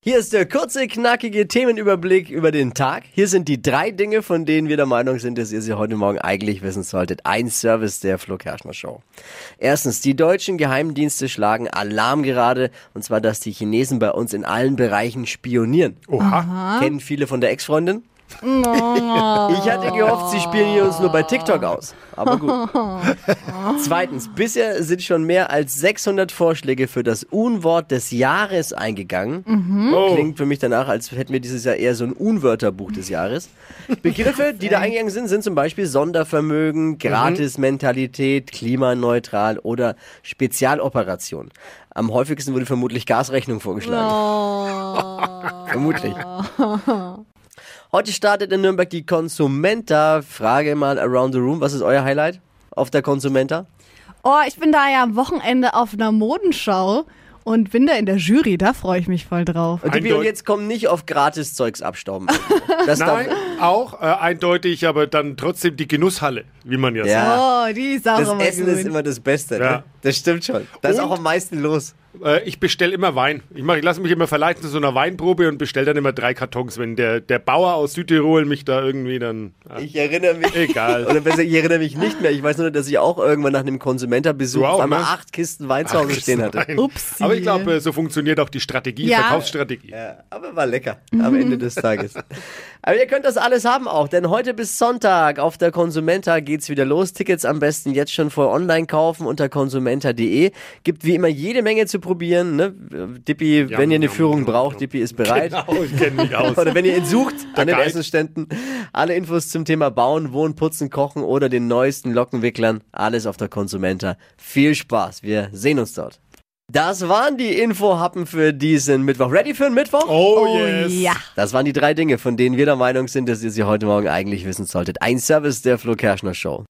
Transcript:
Hier ist der kurze, knackige Themenüberblick über den Tag. Hier sind die drei Dinge, von denen wir der Meinung sind, dass ihr sie heute Morgen eigentlich wissen solltet. Ein Service der Flo Kerschner Show. Erstens, die deutschen Geheimdienste schlagen Alarm gerade, und zwar, dass die Chinesen bei uns in allen Bereichen spionieren. Oha. Kennen viele von der Ex-Freundin? Ich hatte gehofft, sie spielen hier uns nur bei TikTok aus. Aber gut. Zweitens, bisher sind schon mehr als 600 Vorschläge für das Unwort des Jahres eingegangen. Oh. Klingt für mich danach, als hätten wir dieses Jahr eher so ein Unwörterbuch des Jahres. Begriffe, die da eingegangen sind, sind zum Beispiel Sondervermögen, Gratismentalität, klimaneutral oder Spezialoperation. Am häufigsten wurde vermutlich Gasrechnung vorgeschlagen. Vermutlich. Heute startet in Nürnberg die Konsumenta. Frage mal around the room, was ist euer Highlight auf der Konsumenta? Oh, ich bin da ja am Wochenende auf einer Modenschau und bin da in der Jury. Da freue ich mich voll drauf. Und die Eindeut- und jetzt kommen nicht auf Gratiszeugs abstauben. Das darf, Nein, auch äh, eindeutig, aber dann trotzdem die Genusshalle, wie man ja, Ja. Oh, die ist auch das immer Essen gut. ist immer das Beste. Ja. Ne? Das stimmt schon. Da ist Und- auch am meisten los. sagt. Äh, ich bestelle immer Wein. Ich, mach- ich lasse mich immer verleiten zu so einer Weinprobe und bestelle dann immer drei Kartons, wenn der, der Bauer aus Südtirol mich da irgendwie dann... Ah, Ich erinnere mich. egal. Oder besser, ich erinnere mich nicht mehr. Ich weiß nur, dass ich auch irgendwann nach einem Konsumenterbesuch Du auch, auf einmal ne? acht Kisten Wein zu Hause stehen hatte. Nein. Upsi. Aber ich glaube, äh, so funktioniert auch die Strategie, Ja. Verkaufsstrategie. Ja, aber war lecker am Ende des Tages. Aber ihr könnt das alles haben auch, denn heute bis Sonntag auf der Konsumenta geht's wieder los. Tickets am besten jetzt schon vor online kaufen unter konsumenta.de. Gibt wie immer jede Menge zu probieren. Ne? Dippi, wenn ihr eine jam, Führung jam, braucht, jam. Dippi ist bereit. Genau, ich kenne mich aus. Oder wenn ihr ihn sucht an den Guide. Essensständen. Alle Infos zum Thema Bauen, Wohnen, Putzen, Kochen oder den neuesten Lockenwicklern. Alles auf der Konsumenta. Viel Spaß. Wir sehen uns dort. Das waren die Infohappen für diesen Mittwoch. Ready für den Mittwoch? Oh, Oh yes. ja. Das waren die drei Dinge, von denen wir der Meinung sind, dass ihr sie heute Morgen eigentlich wissen solltet. Ein Service der Flo Kerschner Show.